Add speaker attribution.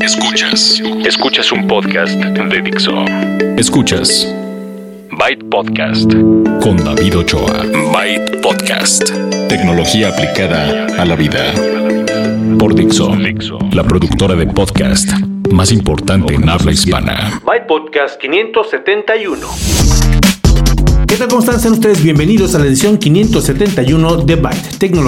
Speaker 1: Escuchas, escuchas un podcast de Dixo. Escuchas Byte Podcast con David Ochoa. Byte Podcast, tecnología aplicada a la vida. Por Dixo, la productora de podcast más importante en habla hispana.
Speaker 2: Byte Podcast 571.
Speaker 3: ¿Qué tal? ¿Cómo están? Sean ustedes bienvenidos a la edición 571 de Byte, tecnología